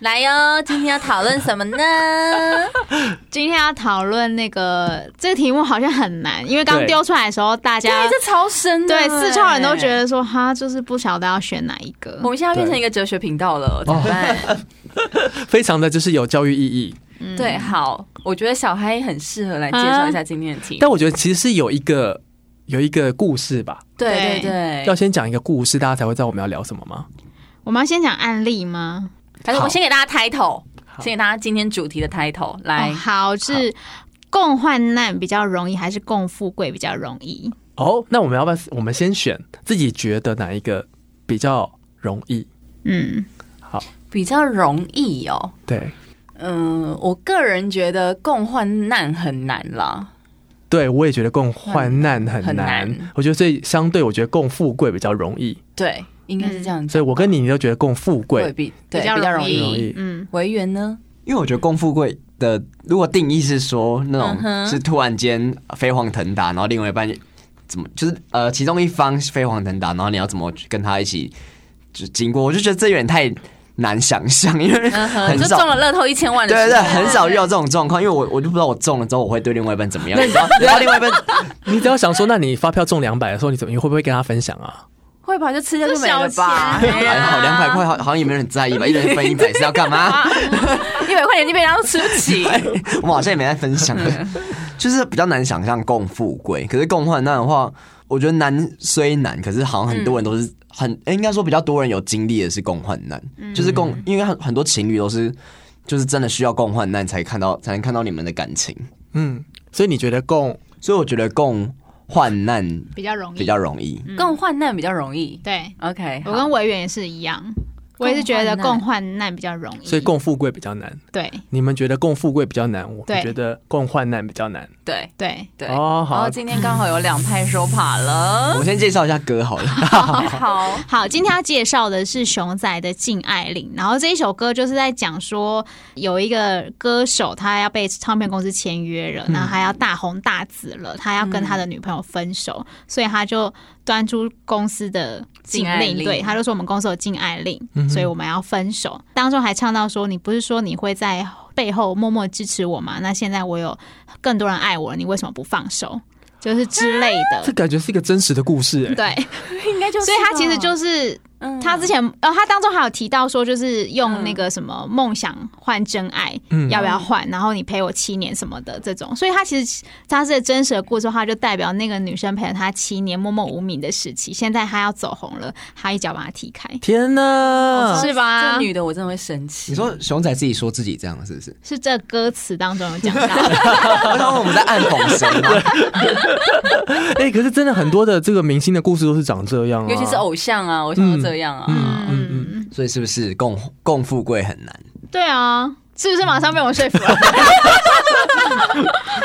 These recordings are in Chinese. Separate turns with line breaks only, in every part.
来哟，今天要讨论什么 呢？
今天要讨论那个这个题目好像很难，因为刚
对
丢出来的时候，大
对，
家
这超深的、
对四超人都觉
哎。
得说哈，就是不晓得要选哪一个
我。们现在变成一个哲学频道了，怎么 办？
非常的就是有教育意义。
对，好，我觉得小嗨很适合来介绍一下今天的题目。
但我觉得其实是有一个有一个故事吧，
对
对
哎
对
要
对，
先讲一个故事，大家才会知道我们要聊什么吗？
我们要先讲案例吗？
但是我
好
们先给大家 title，
好
先给大家今天主题的 title 来
哦、。好是共患难比较容易，还是共富贵比较容易？
哦，那我们要不要我们先选自己觉得哪一个比较容易？
嗯，
比较容易哦。
对，
嗯，我个人觉得共患难很难啦。
对我也觉得共患难很难，
很难
我觉得所以相对我觉得共富贵比较容易，
对，应该是这样子。
所以我跟你你都觉得共富
会
贵
比对
比较
容
容
容易
易。嗯，
维园呢？
因为我觉得共富贵的，如果定义是说那
嗯哼
种是突然间飞黄腾达，然后另外一半怎么就是呃，其中一方飞黄腾达，然后你要怎么去跟他一起就经过，我就觉得这有点太难想象，因为 很
嗯就
少
中。了乐透一千万的
对
时候，
对对，很少遇到这种状况，因为我我就不知道我中了之后我会对另外一半怎么样， 然后另外一半
你只要想说，那你发票中两百的时候，你怎么你会不会跟他分享啊？
会吧？就吃掉就没了
这小
吧？对
还
啊
好两百块，好好像也没有人在意吧，一人分一百是要干嘛？
一百块钱就被人家都吃不起。
我们好像也没在分享， 就是比较难想象共富贵。可是共患难的话，我觉得难虽难，可是好像很多人都是很，诶应该说比较多人有经历的是共患难，就是共，因为很很多情侣都是。就是真的需要共患难才看到，才能看到你们的感情，
嗯，所以你觉得共
所以我觉得共患难
比较容易。
比较容易。
共患难比较容易。
对，
OK，
我跟委员也是一样，我也是觉得
共
共患难比较容易。
所以共富贵比较难？
对
你们觉得共富贵比较难，我
对
觉得共患难比较难。
对
对，
对。
哦好
然后今天刚好有两派说法了。
我先介绍一下歌好了，
好，
好，今天要介绍的是熊仔的《敬爱令》，然后这一首歌就是在讲说有一个歌手他要被唱片公司签约
嗯
了，然后他要大红大紫了，他要跟他的女朋友分手，所以他就端出公司的禁
禁爱
令，
令嗯
对，他就说我们公司有禁爱令，所以我们要分手。当中还唱到说，你不是说你会在背后默默支持我吗？那现在我有更多人爱我了，你为什么不放手？就是之类
这
的，
感觉是一个真实的故事、欸，
对，
应该就是吧。
所以他其实就是
嗯
他之前，呃，他当中还有提到说，就是用那个什么梦想换真爱，
嗯
要不要换？然后你陪我七年什么的这种，所以他其实他是真实的故事的话，就代表那个女生陪了他七年默默无名的时期，现在他要走红了，他一脚把他踢开，
天
哦
哪！
是吧
嗯这？女的我真的会生气。
你说熊仔自己说自己这样是不 是？
是这歌词当中有讲到，
我想问我们在暗讽谁吗？
哎、可是真的很多的这个明星的故事都是长这样、啊，
尤其是偶像啊，偶像都这样啊。
嗯，
所以是不是共共富贵很难？
对啊，是不是马上被我说服 了？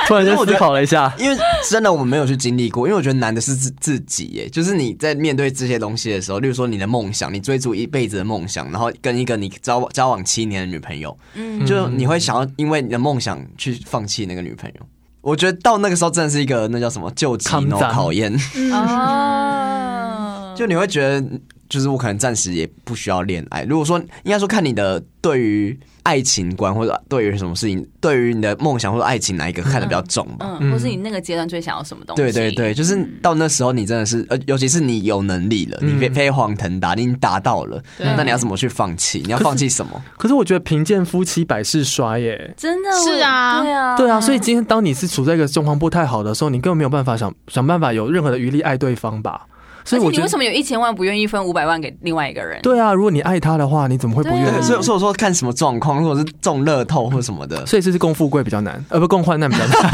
突然间思考了一下，
因为真的我们没有去经历过，因为我觉得难的是自自己耶，就是你在面对这些东西的时候，例如说你的梦想，你追逐一辈子的梦想，然后跟一个你交往交往七年的女朋友，嗯，就是你会想要因为你的梦想去放弃那个女朋友。我觉得到那个时候真的是一个那叫什么救急
抗
喏
战
考验，
嗯哦，
就你会觉得就是我可能暂时也不需要恋爱。如果说应该说看你的对于爱情观或者对于什么事情，对于你的梦想或者爱情哪一个看得比较重吧。
嗯，或是你那个阶段最想要什么东西？
对对对，就是到那时候你真的是，呃，尤其是你有能力了，你飞飞黄腾达，你已经达到了，那你要怎么去放弃？你要放弃什么？
可是我觉得贫贱夫妻百事衰耶、
真的
是啊
我对啊，
对啊，所以今天当你是处在一个状况不太好的时候，你根本没有办法想想办法有任何的余力爱对方吧。所
而
以
且
我
你
觉
为
得，
什么有一千万不愿意分五百万给另外一个人？
对啊，如果你爱他的话，你怎么会不愿
对
对，
啊
意
所？以所以我说看什么状况，如果是中乐透或什么的，
所以这是共富贵比较难，呃，不共患难比较 难。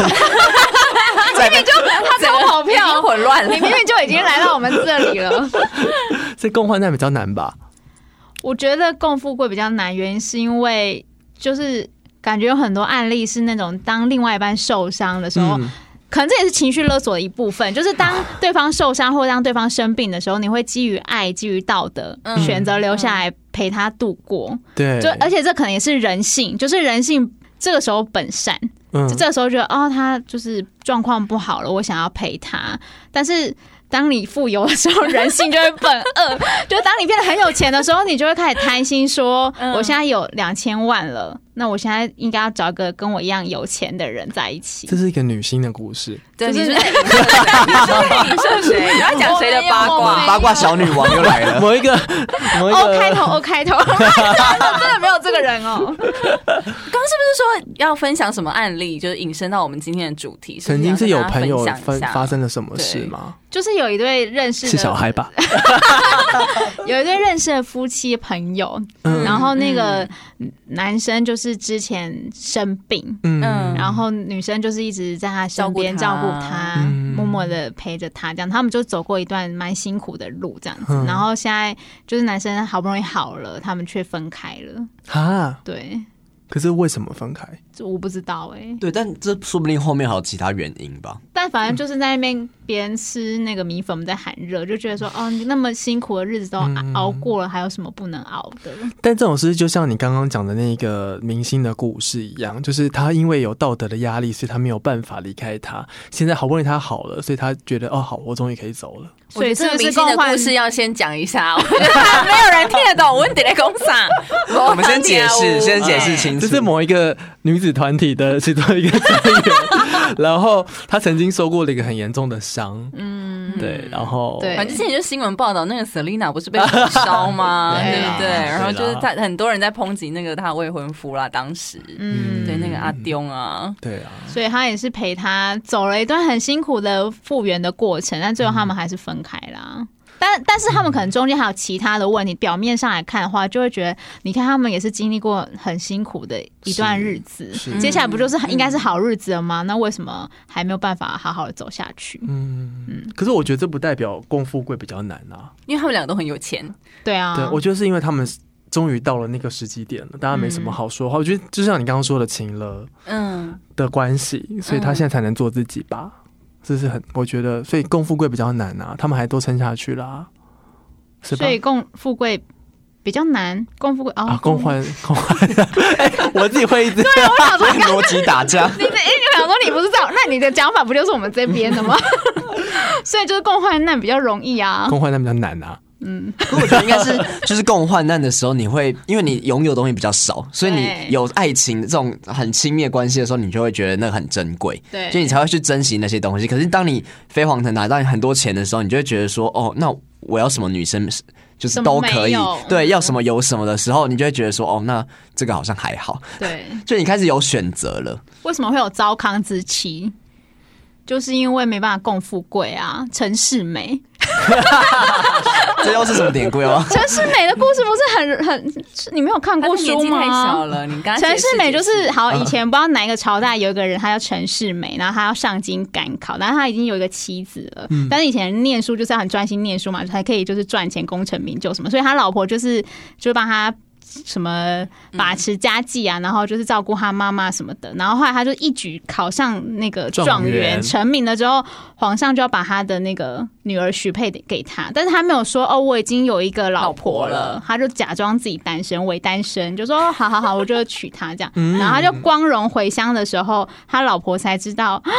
在那就他
这个跑票
已 经混乱
你
了。
明明就已经来到我们这里了，
所以共患难比较难吧？
我觉得共富贵比较难，原因是因为就是感觉有很多案例是那种当另外一半受伤的时
嗯
候。可能这也是情绪勒索的一部分，就是当对方受伤或当对方生病的时候，你会基于爱、基于道德、
嗯
选择留下来陪他度过。
对，
就而且这可能也是人性，就是人性这个时候本善，
嗯
就这个时候觉得哦，他就是状况不好了，我想要陪他，但是。当你富有的时候，人性就会本恶。就当你变得很有钱的时候，你就会开始贪 心说，
嗯
我现在有两千万了，那我现在应该要找一个跟我一样有钱的人在一起。
这是一个女性的故 事，
对，
就
你
是
是不是在影射谁？你是不是在影射谁？你要讲谁的八
我没
卦？
有
八卦小女王又来 了。
某一个某一
O 哦开
个
头，O 开 头，真的没有这个人哦。
刚是不是说要分享什么案例，就是引申到我们今天的主题？是不
曾
是
经是有
要
朋
跟
友
大家分
分
享一下
发生了什么事吗？
就是有一对认识的
是小孩吧？
有一对认识的夫妻朋友，
嗯
然后那个男生就是之前生病，
嗯，
然后女生就是一直在他身边
照
照
顾
顾
他
他，
嗯
默默的陪着他，这样他们就走过一段蛮辛苦的路，这样子。
嗯
然后现在就是男生好不容易好了，他们却分开了。
哈，
对，
可是为什么分开？
这我不知道哎、
对，但这说不定后面还有其他原因吧。
但反正就是在那边别人吃那个米粉，我们在喊热，就觉得说哦，你那么辛苦的日子都
嗯
熬过了，还有什么不能熬的？
但这种事就像你刚刚讲的那个明星的故事一样，就是他因为有道德的压力，所以他没有办法离开他。现在好不容易他好了，所以他觉得哦，好，我终于可以走了。
我觉
所以
得这个
是不是
明星的
共患
故事要先讲一下， 我觉得还没有人听得懂。我问你在公啥？
我啊
我
们先解释，先解释清楚。
这是某一个女子团体的其中一个成员， 然后她曾经受过了一个很严重的伤，嗯，对，然后
对
反正之前就新闻报道，那个 Selina 不是被火烧 吗？
对
对
啦
啊
不对？
对啦
然后就是在很多人在抨击那个她未婚夫啦，当时
嗯，
对那个阿丢啊，
对啊，
所以他也是陪他走了一段很辛苦的复原的过程，但最后他们还是分开啦。但但是他们可能中间还有其他的问题，表面上来看的话，就会觉得，你看他们也是经历过很辛苦的一段日子
是是，嗯
接下来不就是应该是好日子了吗？那为什么还没有办法好好的走下去？
嗯
嗯
可是我觉得这不代表共富贵比较难啊，
因为他们两个都很有钱，
对啊，
对我觉得是因为他们终于到了那个时机点了，大家没什
嗯
么好说话。我觉得就像你刚刚说的情了
嗯，
的关系，所以
嗯
他现在才能做自己吧。这是很，我觉得，所以共富贵比较难啊，他们还都撑下去啦、是吧
所？以共富贵比较难，共富贵哦
啊，，共 患共患难，哎我自己会一直
我想 说，你
逻辑打架。
你哎，你想说你不知道，那你的讲法不就是我们这边的吗？ 所以就是共患难比较容易啊。
共患难比较难 啊。
可我觉得应该是，就是共患难的时候，你会因为你拥有的东西比较少，所以你
对
有爱情这种很亲密的关系的时候，你就会觉得那个很珍贵，
对
所以你才会去珍惜那些东西。可是当你飞黄腾达，当你很多钱的时候，你就会觉得说，哦，那我要什么女生就是都可以
什么没有，嗯
对，要什么有什么的时候，你就会觉得说，哦，那这个好像还好，
对，
就你开始有选择了。
为什么会有糟糠之妻？就是因为没办法共富贵啊，陈世美，
这又是什么典故吗？
陈世美的故事不是很很，是你没有看过
她是年
书
纪太小
吗？
了，你刚刚
陈世美就
解释
是好，以前不知道哪一个朝代有一个人，他叫陈世美，然后他要上京赶考，但是他已经有一个妻子了，但是以前念书就是要很专心念书嘛，才可以就是赚钱、功成名就什么，所以他老婆就是就帮他什么
嗯
把持家计啊，然后就是照顾他妈妈什么的。然后后来他就一举考上那个状
状元
元，成名了之后，皇上就要把他的那个女儿许配给给他，但是他没有说哦，我已经有一个老
老
婆
婆
了，
了
他就假装自己单身，伪单身，就说好好好，我就娶她这样。
嗯
然后他就光荣回乡的时候，他老婆才知道。 啊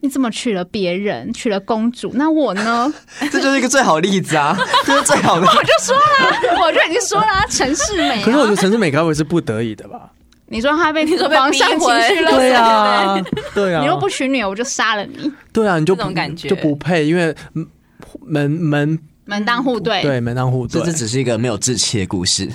你怎么娶了别人，娶了公主？那我呢？
这就是一个最好的例子啊，这是最好的。
我就说啦，我就已经说啦，陈世美、啊。
可是我觉得陈世美该不会是不得已的吧？
你说他被
你说被
皇
逼
上
婚
情绪勒索
对啊， 对啊，
你若不娶女儿，我就杀了你，
对啊，你就
这种
不
感觉
就不配，因为嗯门门
门当户对。
对门当户对
这，这只是一个没有志气的故事。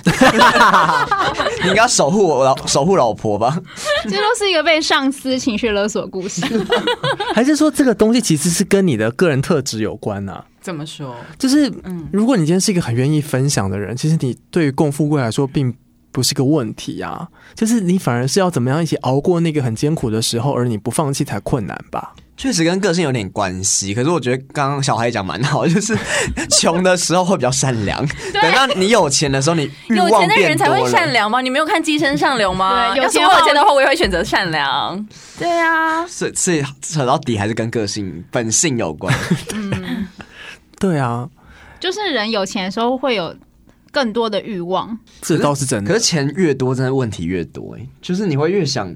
你应该守护我老守护老婆吧？
这都是一个被上司情绪勒索的故事。
还是说这个东西其实是跟你的个人特质有关啊？
怎么说？
就是如果你今天是一个很愿意分享的人，其实你对于共富贵来说并不是个问题啊，就是你反而是要怎么样一起熬过那个很艰苦的时候，而你不放弃才困难吧？
确实跟个性有点关系，可是我觉得刚刚小孩讲蛮好， 就是穷的时候会比较善 良，等到你有钱的时候，你欲
有
望
钱的人
变
才
多
会
了。
善良吗？你没有看《寄生上流》吗？
对有
要是
钱
我
的话
有钱的话，我也会选择善良。对啊，
是是扯到底还是跟个性本性有 关？
对啊，
就是人有钱的时候会有更多的欲望，
这倒是真
可
的
是。钱越多，真的问题越多、欸，就是你会越想，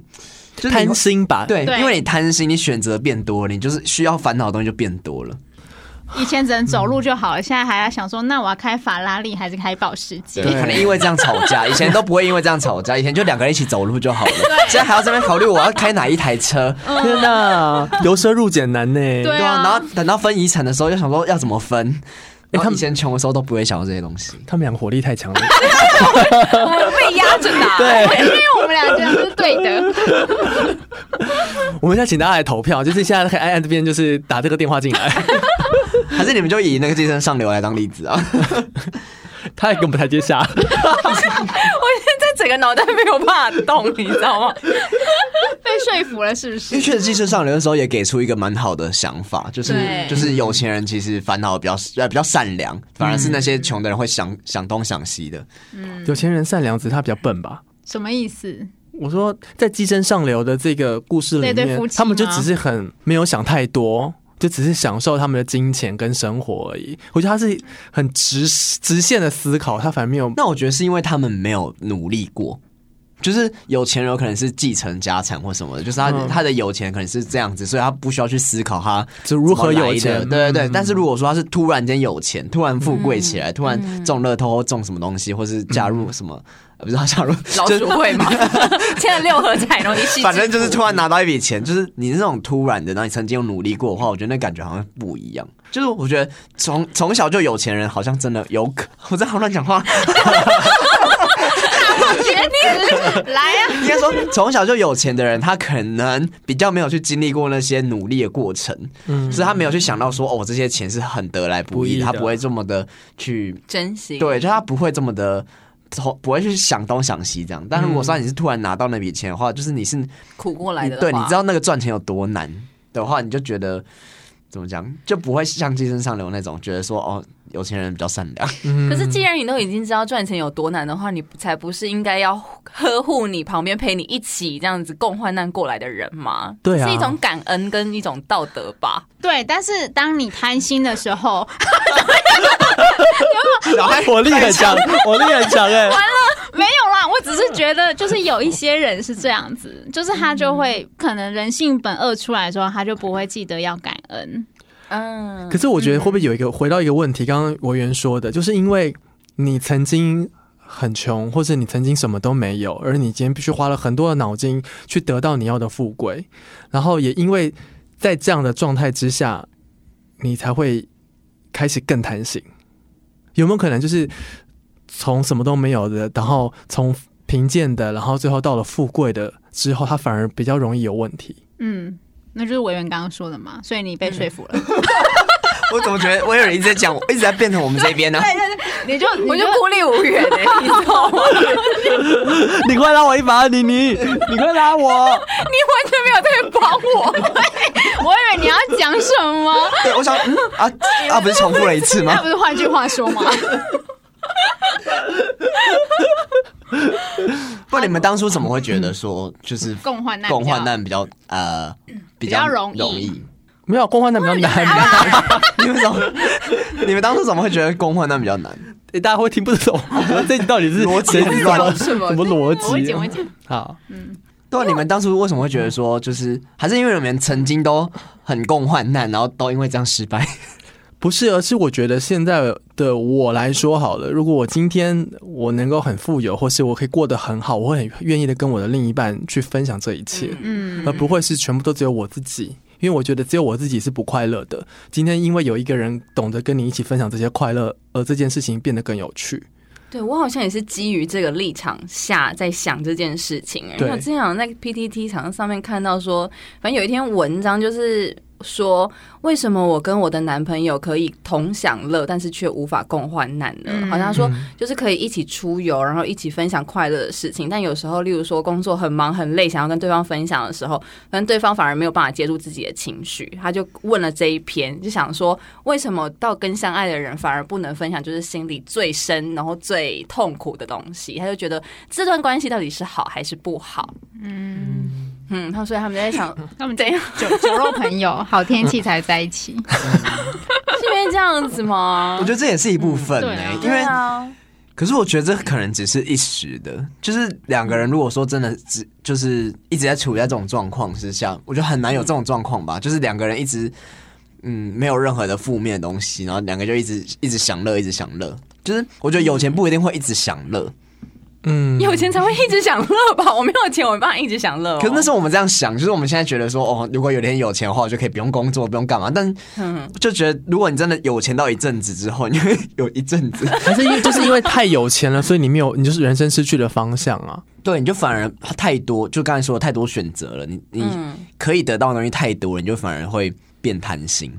就是你会
贪心吧，
对，
对
因为你贪心，你选择变多了，你就是需要烦恼的东西就变多了。
以前只能走路就好了，现在还要想说，那我要开法拉利还是开保时捷？
你可能因为这样吵架，以前都不会因为这样吵架，以前就两个人一起走路就好了。现在还要这边考虑我要开哪一台车，
天哪，由奢入俭难呢。对
对
对啊，
啊
然后等到分遗产的时候，就想说要怎么分。哎，
他们
他们以前穷的时候都不会想到这些东西。
他们俩火力太强了。
我们被压着打。
因为我们俩这样是对 的，
我们现在请大家来投票，就是现在可以按按这边，就是打这个电话进来，
还是你们就以那个寄生上流来当例子啊？
他也给我们台阶下。
我现在整个脑袋没有办法动，你知道吗？
被说服了是不
因为
是？
确实寄生上流的时候也给出一个蛮好的想法，就是
对
就是有钱人其实烦恼比较呃比较善良，反而是那些穷的人会想想东想西的。
有钱人善良，只是他比较笨吧。
什么意思？
我说，在《寄生上流》的这个故事里
那对
面
夫，妻
他们就
吗
只是很没有想太多，就只是享受他们的金钱跟生活而已。我觉得他是很直直线的思考，他反而没有。
那我觉得是因为他们没有努力过，就是有钱人有可能是继承家产或什么的，就是他、
嗯
他的有钱可能是这样子，所以他不需要去思考他
就如何有
怎么来的
钱
对对对。
嗯
但是如果说他是突然间有钱，突然富贵起来，突然中乐透或中什么东西，或是加入什么，呃不知道加入
老
就是
鼠会吗？ 现在六合彩容易吸，
反正就是突然拿到一笔钱，就是你那种突然的，然后你曾经有努力过的话，我觉得那感觉好像不一样。就是我觉得从从小就有钱人，好像真的有可， 我在好乱讲话。
来呀、
应该说，从小就有钱的人，他可能比较没有去经历过那些努力的过程，
嗯
所以他没有去想到说，哦，这些钱是很得来不
不
易
易
的，
的
他不会这么的去，
珍惜。
对，就他不会这么的。不会去想东想西这样，但
嗯
如果说你是突然拿到那笔钱的话，就是你是
苦过来
你
的话，
对，你知道那个赚钱有多难的话，你就觉得怎么讲，就不会像寄生上流那种觉得说哦，有钱人比较善 良。
嗯
可是既然你都已经知道赚钱有多难的话，你才不是应该要呵护你旁边陪你一起这样子共患难过来的人吗？
对啊
是一种感恩跟一种道德吧。
对，但是当你贪心的时候，
小孩火力很强，火力很强哎、
没有啦，我只是觉得，就是有一些人是这样子，就是他就会
嗯
可能人性本恶出来的时候，他就不会记得要感恩。
嗯
可，是我觉得会不会有一个回到一个问题？刚刚维园说的，就是因为你曾经很穷，或是你曾经什么都没有，而你今天必须花了很多的脑筋去得到你要的富贵，然后也因为在这样的状态之下，你才会开始更贪心。有没有可能就是从什么都没有的，然后从贫贱的，然后最后到了富贵的之后，他反而比较容易有问题？
嗯，那就是委员刚刚说的嘛，所以你被说服了，
我怎么觉得我有人一直在讲，一直在变成我们这边呢、
你就
我
你
就
就
孤立无援 哎、你知道吗？
你快拉我一把，妮妮，你快拉我！
你完全没有在帮 我，
我以为你要讲什 么，
对，我想、嗯、啊啊，不是重复了一次
那
吗
不？是换句话说 吗？
不然你们当初怎么会觉得说就是
共患难，
共患。难比较呃比
较
容
容易
没有啊共患难比较难，比较难
你们怎么 你们当初怎么会觉得共患难比较难？
诶大家会听不懂，这集到底是
逻辑
谁
很乱
什么什么逻
我会讲，我会
辑？
讲。
好，
对啊，你们当初为什么会觉得说就是还是因为你们曾经都很共患难，然后都因为这样失败？
不是，而是我觉得现在的我来说好了，如果我今天我能够很富有，或是我可以过得很好，我会很愿意的跟我的另一半去分享这一切，
嗯，
而不会是全部都只有我自己。因为我觉得只有我自己是不快乐的。今天因为有一个人懂得跟你一起分享这些快乐，而这件事情变得更有趣。
对我好像也是基于这个立场下在想这件事情、欸。因
对
为我之前好像在 PTT 场上面看到说，反正有一篇文章就是说，为什么我跟我的男朋友可以同享乐，但是却无法共患难呢？
嗯
好像他说
嗯
就是可以一起出游，然后一起分享快乐的事情，但有时候，例如说工作很忙很累，想要跟对方分享的时候，可能对方反而没有办法接住自己的情绪，他就问了这一篇，就想说为什么到跟相爱的人反而不能分享，就是心里最深然后最痛苦的东西，他就觉得这段关系到底是好还是不好？
嗯，
嗯，他所以他们就在想，
他们
怎样
酒酒肉朋 友，好天气才在一起。
是因为这样子吗
我？觉得这也是一部分欸
对
呢、
啊
因为
对啊，
可是我觉得这可能只是一时的，就是两个人如果说真的只就是一直在处在这种状况之下，我觉得很难有这种状况吧。就是两个人一直嗯没有任何的负面的东西，然后两个就一直一直享乐，一直享乐。就是我觉得有钱不一定会一直享乐，
嗯，
有钱才会一直享乐吧？我没有钱，我没办法一直享乐、哦。
可是那时候我们这样想，就是我们现在觉得说哦，如果有点有钱的话，我就可以不用工作，不用干嘛。但
嗯
就觉得如果你真的有钱到一阵子之后，你会有一阵子，
还是因为就是因为太有钱了，所以你没有，你就是人生失去了方向啊。
对，你就反而太多，就刚才说的太多选择了，你你。
嗯，
可以得到的东西太多了，你就反而会变贪心。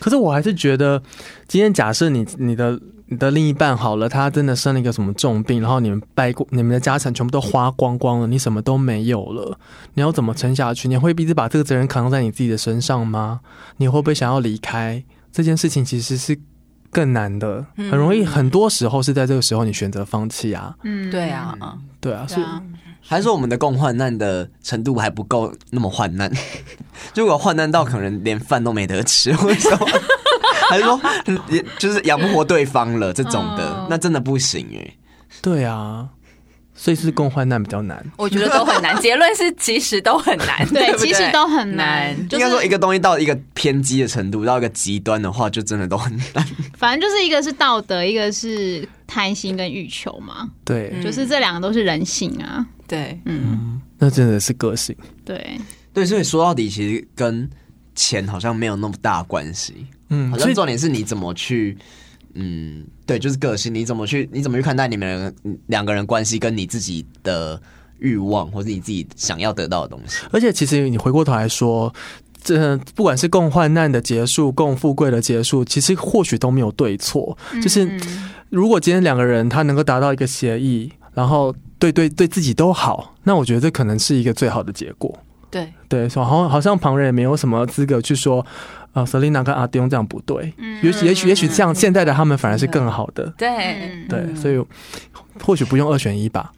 可是我还是觉得，今天假设你你的你的另一半好了，他真的生了一个什么重病，然后你们败过你们的家产全部都花光光了，你什么都没有了，你要怎么撑下去？你会一直把这个责任扛在你自己的身上吗？你会不会想要离开这件事情？其实是更难的，很容易，很多时候是在这个时候你选择放弃啊，
嗯，
对啊，
对啊，
对
是
啊，
还是说我们的共患难的程度还不够那么患难？ 如果患难到可能连饭都没得吃， 或者说还是说也就是养不活对方了这种的
嗯，
那真的不行哎、
对啊，所以是共患难比较难。
我觉得都很难。结论是，其实都很难，
对，
不
其实都很难，
难
就
应该说一
是
个东西到一个偏激的程度，到一个极端的话，就真的都很 难。
反正就是一个是道德，一个是贪心跟欲求嘛，
对，
嗯
就是这两个都是人性啊。
对，
嗯，
那真的是个性。
对，
对，所以说到底，其实跟钱好像没有那么大关系。
嗯
好
所
像
以
重点是你怎么去，嗯，对，就是个性，你怎么去，你怎么去看待你们两个人关系，跟你自己的欲望，或是你自己想要得到的东 西。
而且其实你回过头来说，这不管是共患难的结束，共富贵的结束，其实或许都没有对错。就是
嗯
如果今天两个人他能够达到一个协议，然后对对对自己都好，那我觉得这可能是一个最好的结果。
对，
对，所以好像好像旁人也没有什么资格去说，呃，Selina 跟阿丁这样不对。
嗯
也许也许也许这样，现在的他们反而是更好的。
对，
嗯
对，所以或许不用二选一吧。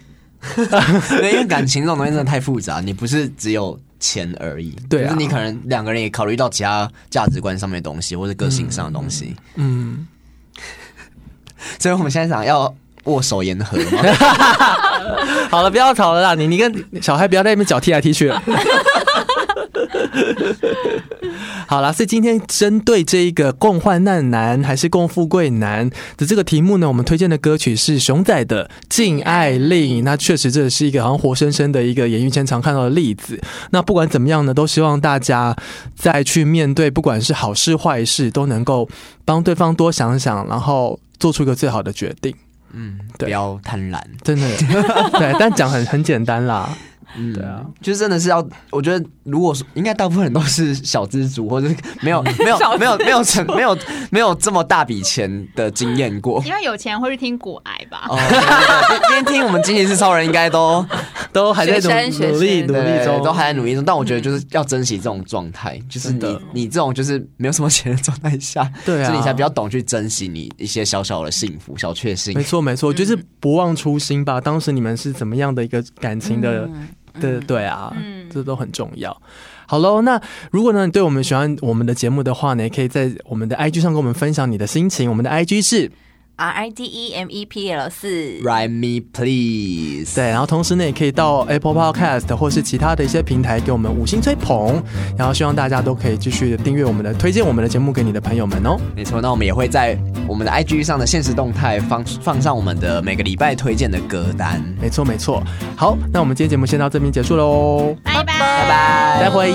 对，因为感情这种东西真的太复杂，你不是只有钱而已，
对啊
就是你可能两个人也考虑到其他价值观上面的东西，或者个性上的东西。
嗯，
所以我们现在想要握手言和吗？
好了，不要吵了啦，你你跟小孩不要在那边脚踢来踢去了。 好啦，所以今天针对这一个共患难男还是共富贵男的这个题目呢，我们推荐的歌曲是熊仔的《敬爱令》。那确实这是一个好像活生生的一个演艺圈常看到的例子。那不管怎么样呢，都希望大家在去面对不管是好事坏事，都能够帮对方多想想，然后做出一个最好的决定。
嗯，
对
不要贪婪。
真的， 对，但讲很很简单啦。
嗯，
对啊，
就是真的是要，我觉得如果说应该大部分人都是小资族，或者是没有没有没有没有成没有没有这么大笔钱的经验过。
因为有钱会去听骨癌吧
哦，。对对对今天听我们经济是超人，应该都
都还在
学生
努
学
努力
生
努力
对
中，
都还在努力中。但我觉得就是要珍惜这种状态，就是
真
你
的
你这种就是没有什么钱的状态下，
对啊
所以你才比较懂去珍惜你一些小小的幸福、小确幸
没。错没错，就是
嗯
不忘初心吧。当时你们是怎么样的一个感情的？
嗯
对对啊，这都很重要。好喽，那如果呢你对我们喜欢我们的节目的话呢，也可以在我们的 IG 上跟我们分享你的心情。我们的 IG 是
R I D E M E P L 四
Write me please。
对，然后同时呢也可以到 Apple Podcast 或是其他的一些平台给我们五星吹捧，然后希望大家都可以继续地订阅我们的推荐我们的节目给你的朋友们哦。
没错，那我们也会在我们的 IG 上的现实动态放放上我们的每个礼拜推荐的歌单。
没错没错，好，那我们今天节目先到这边结束喽，
拜拜。
待会。